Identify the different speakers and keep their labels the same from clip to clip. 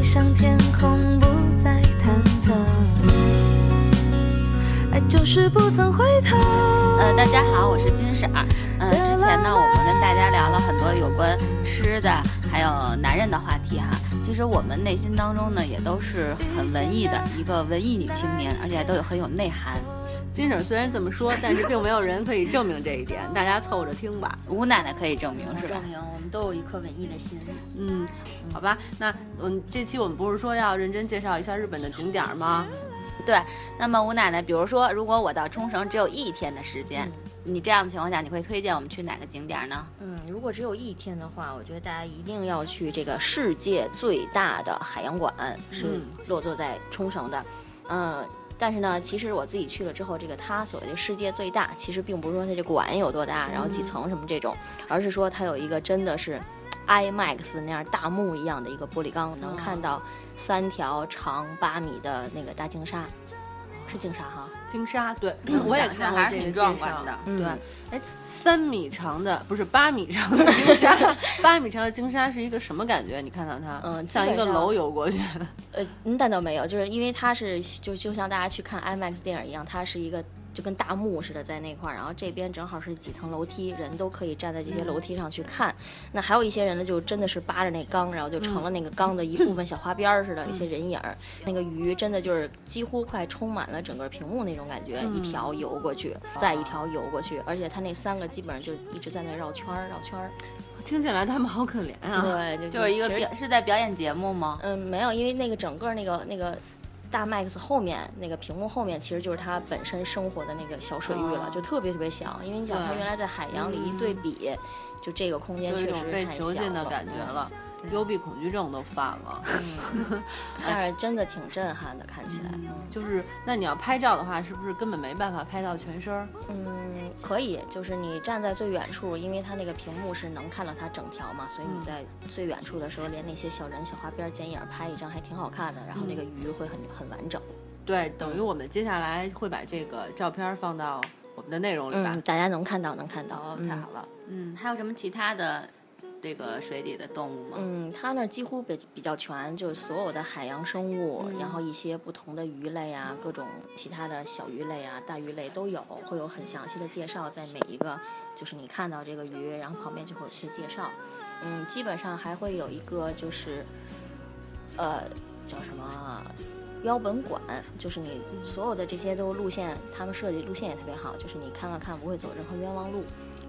Speaker 1: 哎呃大家好，我是金婶儿。嗯，之前呢，我们跟大家聊了很多有关吃的，还有男人的话题哈。其实我们内心当中呢，也都是很文艺的一个文艺女青
Speaker 2: 嗯
Speaker 1: 年，而且还都有很有内涵。
Speaker 3: 金婶虽然这么说，但是并没有人可以证明这一点，大家凑合着听吧。
Speaker 1: 吴奶奶可以证明是吧
Speaker 2: 嗯证？明我们都有一颗文艺的心。
Speaker 3: 嗯，好吧，那嗯，这期我们不是说要认真介绍一下日本的景点儿吗？
Speaker 1: 对。那么吴奶奶，比如说，如果我到冲绳只有一天的时间，你这样的情况下，你会推荐我们去哪个景点呢？
Speaker 2: 嗯，如果只有一天的话，我觉得大家一定要去这个世界最大的海洋馆，是
Speaker 3: 嗯
Speaker 2: 落座在冲绳的。嗯，但是呢，其实我自己去了之后，这个它所谓的世界最大，其实并不是说它这馆有多大，然后几层什么这种，而是说它有一个真的是 IMAX 那样大幕一样的一个玻璃缸，能看到三条长八米的那个大鲸鲨，是鲸鲨哈。
Speaker 3: 金沙，对，
Speaker 1: 嗯
Speaker 3: 我也
Speaker 1: 想
Speaker 3: 看
Speaker 1: 想
Speaker 3: 过
Speaker 1: 还是
Speaker 3: 这个
Speaker 1: 挺
Speaker 3: 介
Speaker 1: 壮
Speaker 3: 绍
Speaker 1: 观的。
Speaker 2: 嗯
Speaker 3: 对，哎，三米长的不是八米长的鲸鲨， 八米长的鲸鲨是一个什么感觉？你看到它，
Speaker 2: 嗯基
Speaker 3: 像一
Speaker 2: 本
Speaker 3: 个
Speaker 2: 上
Speaker 3: 楼游过去，
Speaker 2: 呃，嗯但倒没有，就是因为它是就就像大家去看 IMAX 电影一样，它是一个就跟大幕似的在那块儿，然后这边正好是几层楼梯，人都可以站在这些楼梯上去看。那还有一些人呢，就真的是扒着那缸，然后就成了那个缸的一部分小花边儿似的，一些人影儿。那个鱼真的就是几乎快充满了整个屏幕那种感觉，一条游过去，再一条游过去，而且它那三个基本上就一直在那绕圈儿绕圈儿。
Speaker 3: 听起来他们好可怜啊。
Speaker 2: 对，就
Speaker 1: 就是一个
Speaker 2: 其实
Speaker 1: 表是在表演节目吗？
Speaker 2: 嗯，没有，因为那个整个那个那个大 Max 后面那个屏幕后面，其实就是他本身生活的那个小水域了，
Speaker 3: 哦
Speaker 2: 就特别特别小。因为你想，他
Speaker 3: 对嗯
Speaker 2: 原来在海洋里一对比，就这个空间
Speaker 3: 有一
Speaker 2: 确
Speaker 3: 种
Speaker 2: 实
Speaker 3: 被
Speaker 2: 太
Speaker 3: 囚
Speaker 2: 小
Speaker 3: 禁的
Speaker 2: 了。
Speaker 3: 感觉了，幽闭恐惧症都犯了。
Speaker 2: 嗯 但是真的挺震撼的，看起来。
Speaker 3: 嗯就是，那你要拍照的话，是不是根本没办法拍到全身儿？
Speaker 2: 嗯，可以，就是你站在最远处，因为它那个屏幕是能看到它整条嘛，所
Speaker 3: 嗯
Speaker 2: 以你在最远处的时候，连那些小人、小花边、剪影拍一张还挺好看的。然后那个
Speaker 3: 嗯
Speaker 2: 鱼会很很完整。
Speaker 3: 对，等于我们接下来会把这个照片儿放到我们的内容里吧
Speaker 2: 嗯，。大家能看到，能看到。
Speaker 3: 哦，
Speaker 2: 嗯
Speaker 3: 太好了。
Speaker 1: 嗯，还有什么其他的这个水底的动物吗？
Speaker 2: 嗯，它那儿几乎比比较全，就是所有的海洋生物，然后一些不同的鱼类啊，各种其他的小鱼类啊、大鱼类都有，会有很详细的介绍，在每一个就是你看到这个鱼，然后旁边就会有一些介绍。嗯，基本上还会有一个就是，呃，叫什么？标本馆就是你所有的这些都路线，他们设计路线也特别好，就是你看看看不会走任何冤枉路。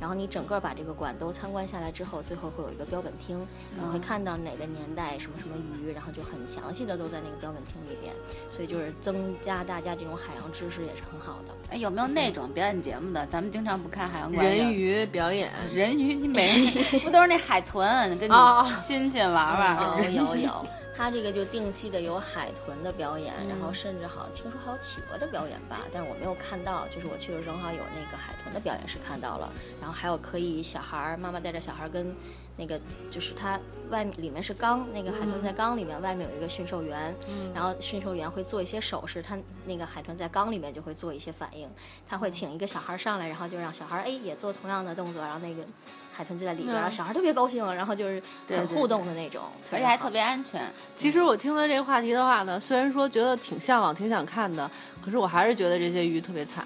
Speaker 2: 然后你整个把这个馆都参观下来之后，最后会有一个标本厅，你会看到哪个年代什么什么鱼，然后就很详细的都在那个标本厅里边，所以就是增加大家这种海洋知识也是很好的。
Speaker 1: 哎，有没有那种表演节目的？咱们经常不看海洋馆有
Speaker 3: 人鱼表演，
Speaker 1: 人鱼，你每人不都是那海豚跟你
Speaker 3: 哦
Speaker 1: 亲戚玩玩？ 人
Speaker 2: 嗯有有有，它这个就定期的有海豚的表演，然后甚至好听说还有企鹅的表演吧，但是我没有看到，就是我去的时候正好有那个海豚的表演是看到了，然后还有可以小孩儿妈妈带着小孩儿跟那个就是它外面里面是缸，那个海豚在缸里面，外面有一个驯兽员，然后驯兽员会做一些手势，它那个海豚在缸里面就会做一些反应，他会请一个小孩儿上来，然后就让小孩儿哎也做同样的动作，然后那个。海豚就在里边儿，然后小孩儿特别高兴，然后就是很互动的那种，
Speaker 1: 而且还特别安全。
Speaker 3: 其实我听了这个话题的话呢，虽然说觉得挺向往、挺想看的，可是我还是觉得这些鱼特别惨。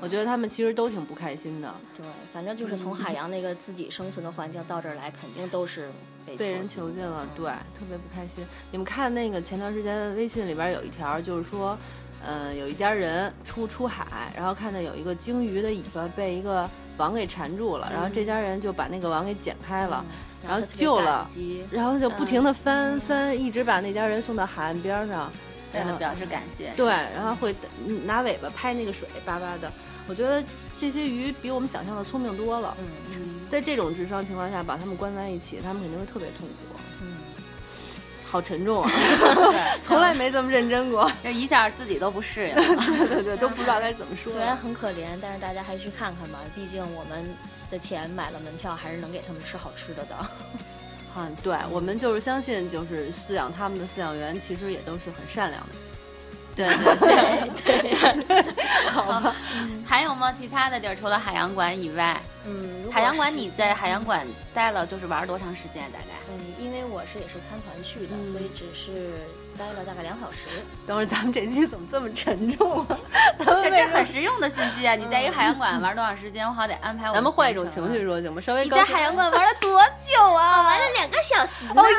Speaker 3: 我觉得他们其实都挺不开心的，
Speaker 2: 啊对，反正就是从海洋那个自己生存的环境到这儿来，肯定都是被
Speaker 3: 被人囚禁了，对，特别不开心。你们看那个前段时间微信里边有一条，就是说，嗯、有一家人出出海，然后看见有一个鲸鱼的尾巴被一个网给缠住了，然后这家人就把那个网给剪开了，然后
Speaker 2: 特别
Speaker 3: 救
Speaker 2: 感
Speaker 3: 了，
Speaker 2: 激
Speaker 3: 然后就不停的翻翻，一直把那家人送到海岸边儿上。
Speaker 1: 为
Speaker 3: 然
Speaker 1: 了
Speaker 3: 后
Speaker 1: 表示感谢，
Speaker 3: 对，然后会嗯拿尾巴拍那个水，叭叭的。我觉得这些鱼比我们想象的聪明多了。
Speaker 2: 嗯
Speaker 3: 在这种智商情况下，把它们关在一起，它们肯定会特别痛苦。
Speaker 2: 嗯，
Speaker 3: 好沉重啊，
Speaker 1: 对，
Speaker 3: 从来没这么认真过。
Speaker 1: 这一下自己都不适应。
Speaker 3: 对 对对，都不知道该怎么说
Speaker 2: 虽。然很可怜，但是大家还去看看吧，毕竟我们的钱买了门票，还是能给他们吃好吃的的。
Speaker 3: 嗯，对，我们就是相信，就是饲养它们的饲养员其实也都是很善良的。
Speaker 1: 对对对，
Speaker 2: 对，
Speaker 1: 还有吗？其他的地儿除了海洋馆以外，
Speaker 2: 嗯，如
Speaker 1: 海洋
Speaker 2: 果
Speaker 1: 馆
Speaker 2: 是
Speaker 1: 你在海洋馆待了就是玩了多长时间？大概
Speaker 2: 嗯，因为我是也是参团去的，所以只是待了大概两小时。
Speaker 3: 等会儿咱们这期怎么这么沉重啊？咱们
Speaker 1: 这
Speaker 3: 为
Speaker 1: 这
Speaker 3: 什么
Speaker 1: 很实用的信息啊！你在一个海洋馆玩多长时间？我好得安排我。
Speaker 3: 咱们换一种情绪。说行吗？稍微
Speaker 1: 啊你
Speaker 3: 高
Speaker 1: 在
Speaker 3: 兴
Speaker 1: 海洋馆玩了多久啊？
Speaker 2: 了两个小时呢。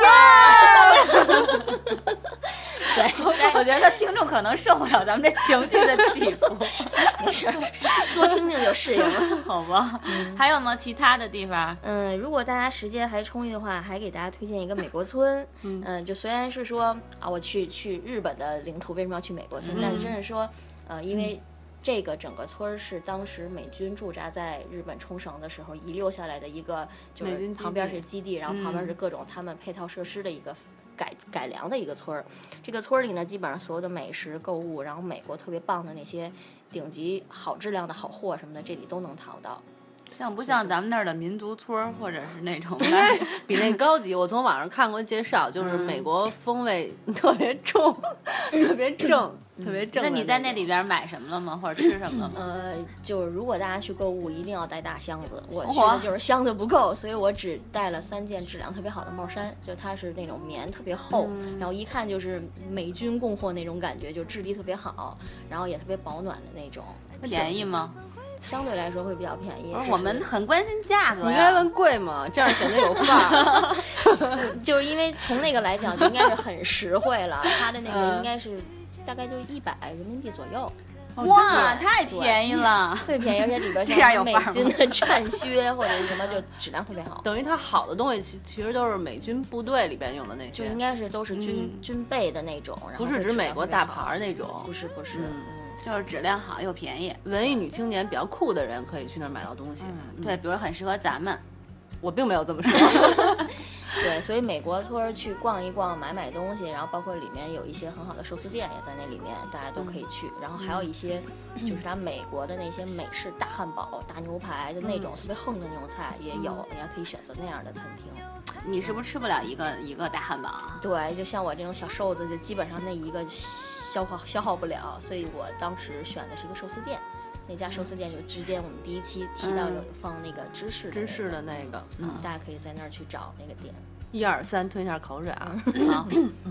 Speaker 2: 对，
Speaker 1: 我觉得听众可能受不了咱们这情绪的起伏。
Speaker 2: 没事儿，多听听就适应了。
Speaker 1: 好吧，还有吗？其他的地方？
Speaker 2: 嗯，如果大家时间还充裕的话，还给大家推荐一个美 国村。嗯、就虽然是说啊，我去去日本的领土，为什么要去美国村？但是
Speaker 3: 嗯
Speaker 2: 真是说，呃，因为这个整个村儿是当时美军驻扎在日本冲绳的时候遗留下来的一个，就
Speaker 3: 美军
Speaker 2: 是
Speaker 3: 基地嗯
Speaker 2: 旁边是基地，然后旁边是各种他们配套设施的一个。改改良的一个村儿，这个村儿里呢，基本上所有的美食、购物，然后美国特别棒的那些顶级好质量的好货什么的，这里都能淘到。
Speaker 1: 像不像咱们那儿的民族村儿，或者是那种
Speaker 3: 比那高级。我从网上看过介绍，就是
Speaker 1: 嗯
Speaker 3: 美国风味特别重，特别正，特别正
Speaker 1: 那
Speaker 3: 的种。
Speaker 1: 你在那里边买什么了吗？或者吃什么了吗？
Speaker 2: 呃，就是如果大家去购物，一定要带大箱子。我去
Speaker 1: 哇
Speaker 2: 的就是箱子不够，所以我只带了三件质量特别好的帽衫，就它是那种棉特别厚，
Speaker 1: 嗯
Speaker 2: 然后一看就是美军供货那种感觉，就质地特别好，然后也特别保暖的那种，
Speaker 1: 便宜吗？
Speaker 2: 相对来说会比较便宜
Speaker 1: 不。是，
Speaker 2: 只是
Speaker 1: 哦我们很关心价格
Speaker 3: 你应
Speaker 1: 呀
Speaker 3: 该问贵吗？这样显得有范 儿。
Speaker 2: 就是因为从那个来讲，就应该是很实惠了，它的那个
Speaker 3: 嗯
Speaker 2: 应该是大概就一百人民币左右。
Speaker 1: 哇，
Speaker 2: 这个
Speaker 1: 太便宜了！
Speaker 2: 特别便宜，而且里边
Speaker 1: 这样
Speaker 2: 像
Speaker 1: 有
Speaker 2: 美
Speaker 1: 范儿吗
Speaker 2: 军的战靴或者是什么，就质量特别好。
Speaker 3: 等于它好的东西，其其实都是美军部队里边用的那
Speaker 2: 就
Speaker 3: 些
Speaker 2: 应。该是都是军、
Speaker 1: 嗯
Speaker 2: 军备的那种，然后
Speaker 3: 不是指美国大牌儿
Speaker 2: 那
Speaker 3: 那种
Speaker 2: 不是不是，
Speaker 3: 嗯
Speaker 1: 就是质量好又便宜。
Speaker 3: 文艺女青年比较酷的人可以去那儿买到东西。嗯
Speaker 1: 对，比如很适合咱们。
Speaker 3: 我并没有这么 说。
Speaker 2: 对，所以美国村儿去逛一逛，买买东西，然后包括里面有一些很好的寿司店也在那里面，大家都
Speaker 3: 嗯
Speaker 2: 可以去。然后还有一些就是它美国的那些美式大汉堡、大牛排的那
Speaker 3: 嗯
Speaker 2: 种、特别横的那种菜也有，大家可以选择那样的餐厅。
Speaker 1: 你是不是吃不了一个一个大汉堡啊？
Speaker 2: 对，就像我这种小瘦子，就基本上那一个消化消耗不了，所以我当时选的是一个寿司店。那家寿司店就是之前我们第一期提到有
Speaker 1: 嗯
Speaker 2: 放那个芝士的那
Speaker 3: 芝
Speaker 2: 个
Speaker 3: 士的那个，
Speaker 2: 嗯，大家可以在那儿去找那个店。
Speaker 3: 一二三，吞一下口水啊，
Speaker 1: 好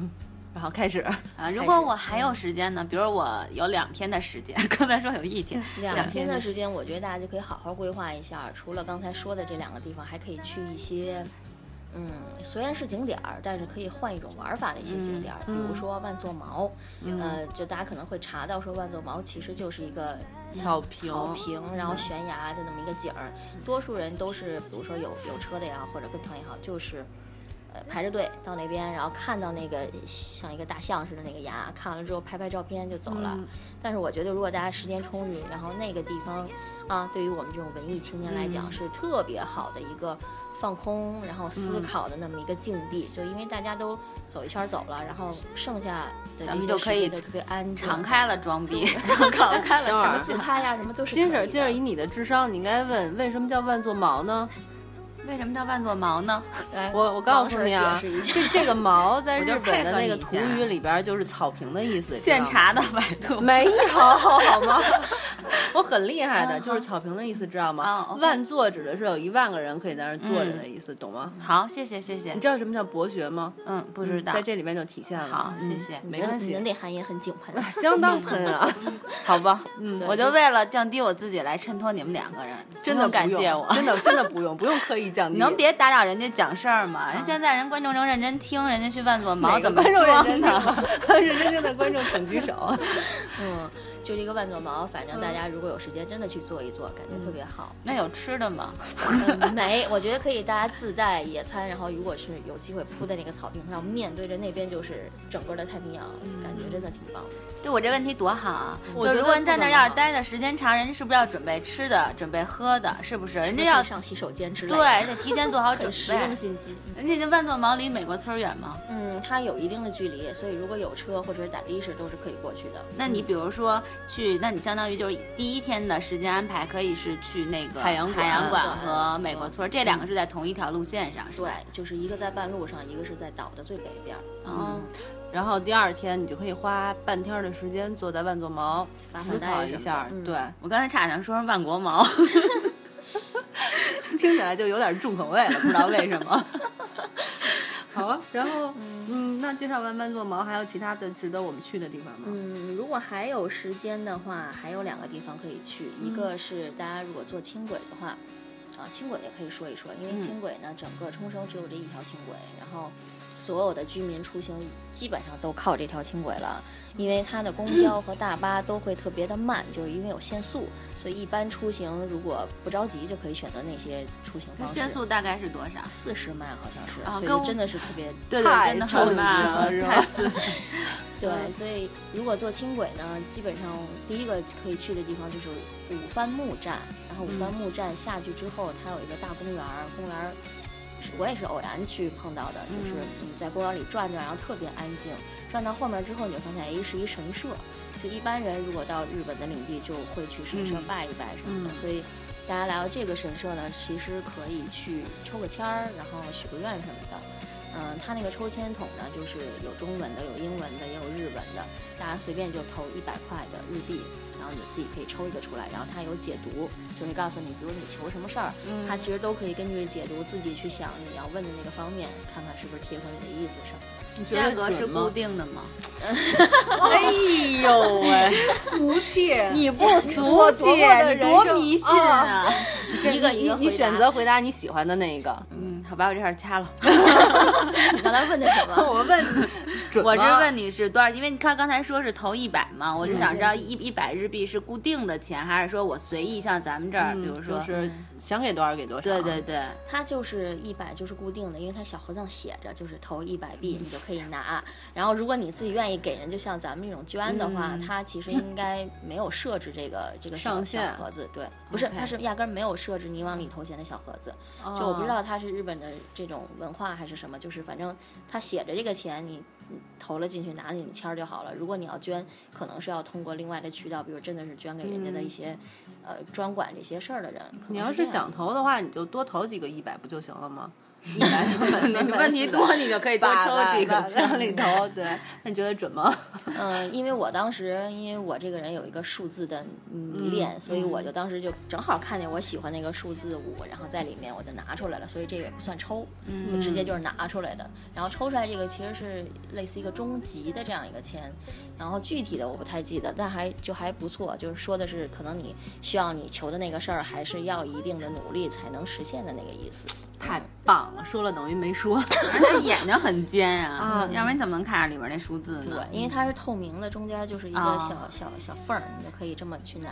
Speaker 3: 然后 开始。
Speaker 1: 啊，如果我还有时间呢，比如我有两天的时间， 刚才说有一天，
Speaker 2: 两天
Speaker 1: 的
Speaker 2: 的
Speaker 1: 时
Speaker 2: 时间，我觉得大家就可以好好规划一下。除了刚才说的这两个地方，还可以去一些，嗯，虽然是景点儿，但是可以换一种玩法的一些景点儿，比如说万座毛，呃，就大家可能会查到说万座毛其实就是一个
Speaker 3: 草坪
Speaker 1: 哦
Speaker 2: 草坪，然后悬崖的那么一个景儿。
Speaker 1: 嗯
Speaker 2: 多数人都是，比如说有有车的呀，或者跟团也好，就是。呃，排着队到那边，然后看到那个像一个大象似的那个崖，看完了之后拍拍照片就走了。
Speaker 1: 嗯
Speaker 2: 但是我觉得，如果大家时间充裕，然后那个地方啊，对于我们这种文艺青年来讲，
Speaker 1: 嗯
Speaker 2: 是特别好的一个放空，然后
Speaker 1: 嗯
Speaker 2: 思考的那么一个境地。就因为大家都走一圈走了，然后剩下
Speaker 1: 咱
Speaker 2: 的这
Speaker 1: 们
Speaker 2: 些
Speaker 1: 就可以
Speaker 2: 时间就特别安静，啊
Speaker 1: 敞开啊了装逼，敞开了
Speaker 3: 等会
Speaker 1: 装
Speaker 3: 儿
Speaker 1: 逼。
Speaker 2: 自拍呀、什么都是可以
Speaker 3: 金
Speaker 2: 的。
Speaker 3: 婶，金婶，以你的智商，你应该问为什么叫万座毛呢？
Speaker 1: 为什么叫万座毛呢？
Speaker 2: 来，
Speaker 3: 我我告诉你啊
Speaker 2: 王婶儿解释一，下
Speaker 3: 这这 个毛在
Speaker 1: 我就
Speaker 3: 日本的那个
Speaker 1: 配合你
Speaker 3: 土
Speaker 1: 一下
Speaker 3: 语里边就是草坪的意思，你知道
Speaker 1: 现
Speaker 3: 吗。
Speaker 1: 查的百度。
Speaker 3: 没有 好 吗？我很厉害的，就是草坪的意思，知道
Speaker 1: 啊
Speaker 3: 吗？
Speaker 1: 嗯，OK 嗯
Speaker 3: 万座指的是有一万个人可以在那儿坐着的意思，懂吗？
Speaker 1: 好，谢谢谢谢
Speaker 3: 你。知道什么叫博学吗？
Speaker 1: 嗯，不知道
Speaker 3: 在。这里面就体现了。
Speaker 1: 好，
Speaker 3: 嗯
Speaker 1: 谢谢。
Speaker 3: 没关系
Speaker 2: 人得含也很井喷。
Speaker 3: 相当喷 啊！
Speaker 1: 好吧，嗯，
Speaker 2: 对
Speaker 1: 我就
Speaker 2: 就
Speaker 1: 为了降低我自己来衬托你们两个人，
Speaker 3: 真
Speaker 1: 不
Speaker 3: 的
Speaker 1: 用感
Speaker 3: 不用。
Speaker 1: 谢我
Speaker 3: 真的真的不用，不用刻意降低。
Speaker 1: 你能别打扰人家讲事儿吗？人现在人观众能认真听，人家去万座毛
Speaker 3: 啊哪
Speaker 1: 怎
Speaker 3: 个
Speaker 1: 么
Speaker 3: 观众认
Speaker 1: 装
Speaker 3: 真
Speaker 1: 呢？
Speaker 3: 听？认真听的观众请举手。
Speaker 2: 嗯，就这个万座毛，反正大家
Speaker 3: 嗯
Speaker 2: 如果有时间，真的去坐一坐，感觉特别好。
Speaker 1: 那有吃的吗？
Speaker 2: 嗯没，我觉得可以大家自带野餐，然后如果是有机会铺在那个草坪上，面对着那边就是整个的太平洋，
Speaker 3: 嗯
Speaker 2: 感觉真的挺棒的。
Speaker 1: 对我这问题多好啊！
Speaker 3: 我
Speaker 1: 就
Speaker 3: 觉
Speaker 1: 如
Speaker 3: 得
Speaker 1: 果你在那儿
Speaker 3: 不怎
Speaker 1: 要
Speaker 3: 么
Speaker 1: 是
Speaker 3: 好
Speaker 1: 待的时间长，人家是不是要准备吃的，准备喝的？是不是？人家要
Speaker 2: 可以上洗手间之类的，
Speaker 1: 对，得提前做好准
Speaker 2: 很实用
Speaker 1: 备。嗯
Speaker 2: 信息。
Speaker 1: 人家这万座毛离美国村儿远吗？
Speaker 2: 嗯，它有一定的距离，所以如果有车或者是打的士都是可以过去的。
Speaker 1: 那你比如说去，那你相当于就是第一天的时间安排可以是去那个
Speaker 3: 海洋馆
Speaker 1: 海洋馆
Speaker 2: 对
Speaker 1: 和美国村儿，这两个是在同一条路线上，是
Speaker 2: 对
Speaker 1: 吧？，
Speaker 2: 就是一个在半路上，一个是在岛的最北边儿，
Speaker 1: 嗯，
Speaker 3: 然后第二天你就可以花半天的时间坐在万座毛
Speaker 2: 发发
Speaker 3: 思
Speaker 2: 呆
Speaker 3: 考
Speaker 2: 什
Speaker 3: 一
Speaker 2: 么
Speaker 3: 下
Speaker 2: 的，嗯
Speaker 3: 对，
Speaker 1: 我刚才差点说是万国毛，
Speaker 3: 听起来就有点重口味了，不知道为什么。 好啊，然后嗯，那介绍完慢做毛，还有其他的值得我们去的地方吗？
Speaker 2: 嗯，如果还有时间的话，还有两个地方可以去，一个是大家如果坐轻轨的话，啊，轻轨也可以说一说，因为
Speaker 3: 嗯
Speaker 2: 轻轨呢，整个冲绳只有这一条轻轨，然后所有的居民出行基本上都靠这条轻轨了，因为它的公交和大巴都会特别的慢，就是因为有限速，所以一般出行如果不着急就可以选择那些出行
Speaker 1: 那
Speaker 2: 方式。
Speaker 1: 限速大概是多少？
Speaker 2: 四十迈好像是，
Speaker 1: 啊
Speaker 2: 所以
Speaker 1: 跟
Speaker 2: 就
Speaker 1: 我
Speaker 2: 真的是特别
Speaker 1: 对对，
Speaker 3: 太
Speaker 1: 真的
Speaker 3: 刺激
Speaker 1: 很慢
Speaker 3: 了是吧
Speaker 1: 太刺激了。
Speaker 2: 对，
Speaker 3: 嗯
Speaker 2: 所以如果坐轻轨呢，基本上第一个可以去的地方就是五番木站，
Speaker 3: 嗯
Speaker 2: 然后五番木站下去之后，它有一个大公园儿，公园儿是我也是偶然去碰到的，
Speaker 3: 嗯
Speaker 2: 就是你在公园里转转，然后特别安静，转到后面之后，你就发现哎是一神社，就一般人如果到日本的领地就会去神社
Speaker 3: 嗯
Speaker 2: 拜一拜什么的，
Speaker 3: 嗯
Speaker 2: 所以。大家来到这个神社呢，其实可以去抽个签儿，然后许个愿什么的。嗯，它那个抽签筒呢，就是有中文的，有英文的，也有日文的，大家随便就投一百块的日币，然后你自己可以抽一个出来，然后它有解读，就会告诉你，比如你求什么事儿，
Speaker 3: 嗯
Speaker 2: 它其实都可以根据解读自己去想你要问的那个方面，看看是不是贴合你的意思什么的。
Speaker 3: 你觉
Speaker 1: 价
Speaker 3: 得
Speaker 1: 格是
Speaker 3: 准
Speaker 1: 固
Speaker 3: 吗？
Speaker 1: 定的吗？
Speaker 3: 哎 呦喂，俗气！
Speaker 1: 你不
Speaker 3: 俗气，你多迷信啊！
Speaker 2: 一个一
Speaker 3: 你
Speaker 2: 个
Speaker 3: 你
Speaker 2: 回
Speaker 3: 选
Speaker 2: 答
Speaker 3: 择回答你喜欢的那一个。嗯，好吧，我这儿掐了。
Speaker 2: 你 刚才问的什么？
Speaker 3: 我问， 准
Speaker 1: 我是
Speaker 3: 吗
Speaker 1: 问你是多少，因为你看刚才说是投一百嘛，我就想知道一一百日币是固定的钱，还是说我随意像咱们这儿，比如说，
Speaker 3: 嗯就是想给多少给多少。
Speaker 1: 对对对，
Speaker 2: 它就是一百就是固定的，因为它小盒子上写着，就是投一百币你就可以拿。然后如果你自己愿意给人，就像咱们这种捐的话，
Speaker 3: 嗯
Speaker 2: 它其实应该没有设置这个这个小
Speaker 3: 上限
Speaker 2: 小盒子，对，不是，
Speaker 3: OK
Speaker 2: 它是压根儿没有设置你往里投钱的小盒子。
Speaker 3: 哦，
Speaker 2: 就我不知道它是日本的这种文化还是什么，就是反正它写着这个钱你你投了进去，拿了你签儿就好了。如果你要捐，可能是要通过另外的渠道，比如真的是捐给人家的一些、呃专管这些事儿的人。
Speaker 3: 嗯
Speaker 2: 可能
Speaker 3: 你要
Speaker 2: 是
Speaker 3: 是
Speaker 2: 这样
Speaker 3: 想投的话，你就多投几个一百不就行了吗？一百、两百、三百，
Speaker 1: 问题多， 你就可以多
Speaker 3: 百
Speaker 1: 抽几个
Speaker 3: 百百往里 投。对，那你觉得准吗？
Speaker 2: 嗯，因为我当时因为我这个人有一个数字的迷恋，所以我就当时就正好看见我喜欢那个数字五，然后在里面我就拿出来了，所以这个也不算抽，就直接就是拿出来的。然后抽出来这个其实是类似一个中级的这样一个签，然后具体的我不太记得，但还就还不错，就是说的是可能你需要你求的那个事儿，还是要一定的努力才能实现的那个意思。
Speaker 3: 太棒了，说了等于没说。
Speaker 1: 他眼睛很尖啊
Speaker 3: 啊，
Speaker 1: 要不然你怎么能看着里边那数字
Speaker 2: 对
Speaker 1: 呢？，
Speaker 2: 因为它是透明的，中间就是一个
Speaker 1: 啊
Speaker 2: 小、小小缝儿，你就可以这么去拿。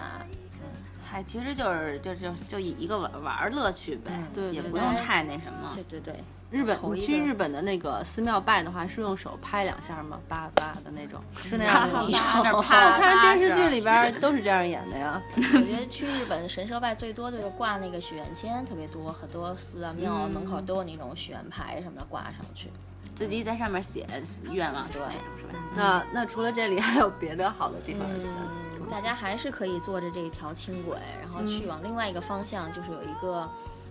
Speaker 1: 还其实就是就就就以一个玩玩儿乐趣呗，
Speaker 3: 对
Speaker 1: 也
Speaker 3: 对
Speaker 1: 不用
Speaker 2: 对
Speaker 1: 太那什么
Speaker 2: 对。对对。
Speaker 3: 日本，
Speaker 2: 投
Speaker 3: 你
Speaker 2: 一
Speaker 3: 去
Speaker 2: 个
Speaker 3: 日本的那个寺庙拜的话，是用手拍两下吗？叭叭的那种，是那
Speaker 1: 啪
Speaker 3: 样
Speaker 1: 啪 啪
Speaker 3: 吗？
Speaker 1: 那儿
Speaker 3: 我
Speaker 1: 啪，
Speaker 3: 看电视剧里 边儿都是这样演的呀。
Speaker 2: 我觉得去日本神社拜最多的就是挂那个许愿签，特别多，很多寺啊庙啊门口都有那种许愿牌什么的挂上去。
Speaker 1: 自己在上面写愿望之类的，是吧？
Speaker 3: 那那除了这里，还有别的好的地方？我觉得
Speaker 2: 嗯，大家还是可以坐着这一条轻轨，然后去往另外一个方向，就是有一个。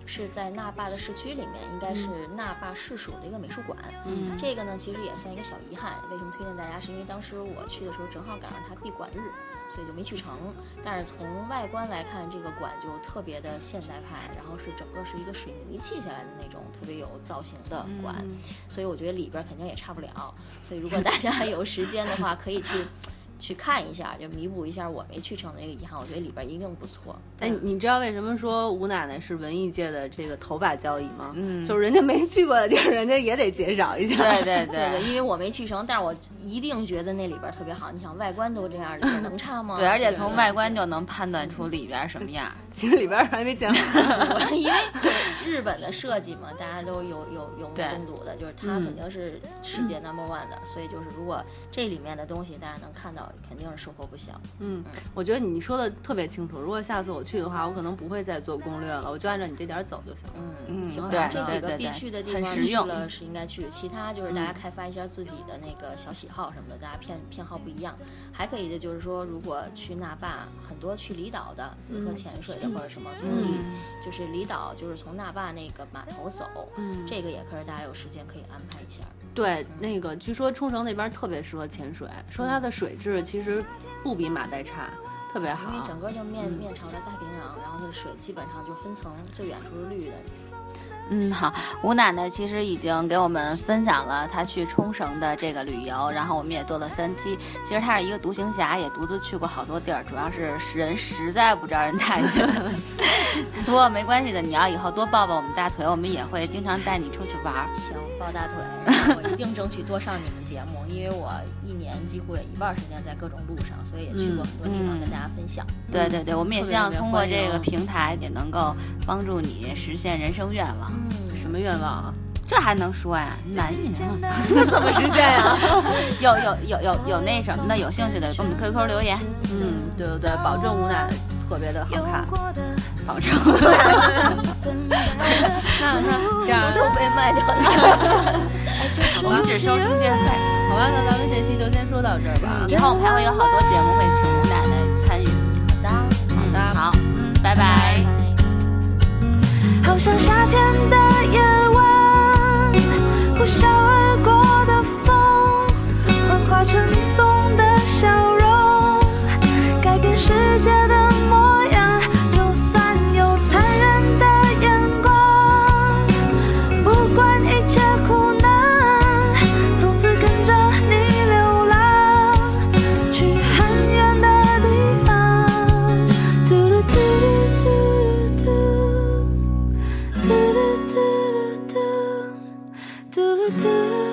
Speaker 2: 是在那霸的市区里面，应该是那霸市属的一个美术馆。
Speaker 3: 嗯
Speaker 2: 这个呢，其实也算一个小遗憾。为什么推荐大家？是因为当时我去的时候正好赶上它闭馆日，所以就没去成。但是从外观来看，这个馆就特别的现代派，然后是整个是一个水泥砌起来的那种特别有造型的馆，
Speaker 3: 嗯
Speaker 2: 所以我觉得里边儿肯定也差不了。所以如果大家 有时间的话，可以去去看一下，就弥补一下我没去成的这个遗憾。我觉得里边儿一定不错。
Speaker 3: 哎，你你知道为什么说吴奶奶是文艺界的这个头把交椅吗？
Speaker 1: 嗯
Speaker 3: 就是人家没去过的地儿，人家也得介绍一下。
Speaker 1: 对对
Speaker 2: 对对，因为我没去成，但是我一定觉得那里边儿特别好。你想外观都这样，里边儿能差吗？
Speaker 1: 啊对，嗯而且
Speaker 2: 这种
Speaker 1: 从外观
Speaker 2: 东
Speaker 1: 就
Speaker 2: 西
Speaker 1: 能判断出里边什么 样。
Speaker 3: 其实里边儿还没 见过。
Speaker 2: 因为就是日本的设计嘛，大家都有有有目
Speaker 1: 对嗯
Speaker 2: 共睹的，就是它肯定是世界 number one 的，所以就是如果这里面的东西大家能看到，肯定是收获不小。
Speaker 3: 嗯，我觉得你说的特别清楚。如果下次我去的话，我可能不会再做攻略了，我就按照你这点儿走就行了。
Speaker 1: 嗯
Speaker 2: 嗯，就
Speaker 1: 对
Speaker 2: 反正
Speaker 1: 对
Speaker 2: 这几
Speaker 1: 对
Speaker 2: 个必
Speaker 1: 对
Speaker 2: 去的地
Speaker 1: 很
Speaker 2: 方
Speaker 1: 实
Speaker 2: 去
Speaker 1: 用嗯
Speaker 2: 了是应该去，其他就是大家开发一下自己的那个小喜好什么的，大家偏偏好不一样。还可以的就是说，如果去那霸，很多去离岛的，比如
Speaker 1: 嗯
Speaker 2: 说潜水的或者什么，从离就是离岛就是从那霸那个码头走，
Speaker 3: 嗯
Speaker 2: 这个也可以大家有时间可以安排一下。
Speaker 3: 对，那个据说冲绳那边儿特别适合潜水，说它的水质其实不比马代差，特别
Speaker 2: 因为
Speaker 3: 好。
Speaker 2: 整个就
Speaker 1: 嗯
Speaker 2: 面面朝着大平洋，然后那个水基本上就分层，最远处是绿的。
Speaker 1: 嗯，好，吴奶奶其实已经给我们分享了她去冲绳的这个旅游，然后我们也做了三期。其实她是一个独行侠，也独自去过好多地儿，主要是人实在不知道人带 去了。不过没关系的，你要以后多抱抱我们大腿，我们也会经常带你出去玩儿。
Speaker 2: 行，抱大腿，然后我一定争取多上你们节目，因为我一年几乎有一半儿时间在各种路上，所以也去过很多地方
Speaker 3: 嗯
Speaker 2: 跟大家分享。
Speaker 1: 对对对，我们也
Speaker 3: 特别
Speaker 1: 希望
Speaker 3: 特别
Speaker 1: 通过
Speaker 3: 欢迎
Speaker 1: 这个平台也能够帮助你实现人生愿望。
Speaker 2: 嗯，
Speaker 3: 什么愿望 啊？
Speaker 1: 这还能说呀？男人啊，
Speaker 3: 怎么实啊现呀、
Speaker 1: 有有有有有那什么的，有兴趣的给我们 QQ 留言，
Speaker 3: 嗯，对对对，保证吴奶奶特别的好看。
Speaker 1: 保证。
Speaker 3: 那那 这样，
Speaker 2: 都被卖掉了。
Speaker 1: 我们只收中介费。
Speaker 3: 好吧，那咱们这期就先说到这儿吧。
Speaker 1: 以后我们还会有好多节目会请吴奶奶参与。
Speaker 2: 当
Speaker 1: 好
Speaker 3: 的
Speaker 1: 好，嗯，拜拜
Speaker 2: 拜
Speaker 4: 好像夏天的夜晚，呼啸而过的风，幻化成你送的笑容，改变世界的模样。就算有残忍的眼光，不管一切苦难，从此跟着你流浪，去很远的地方。嘟噜嘟噜嘟噜嘟。Do do do do do do do do.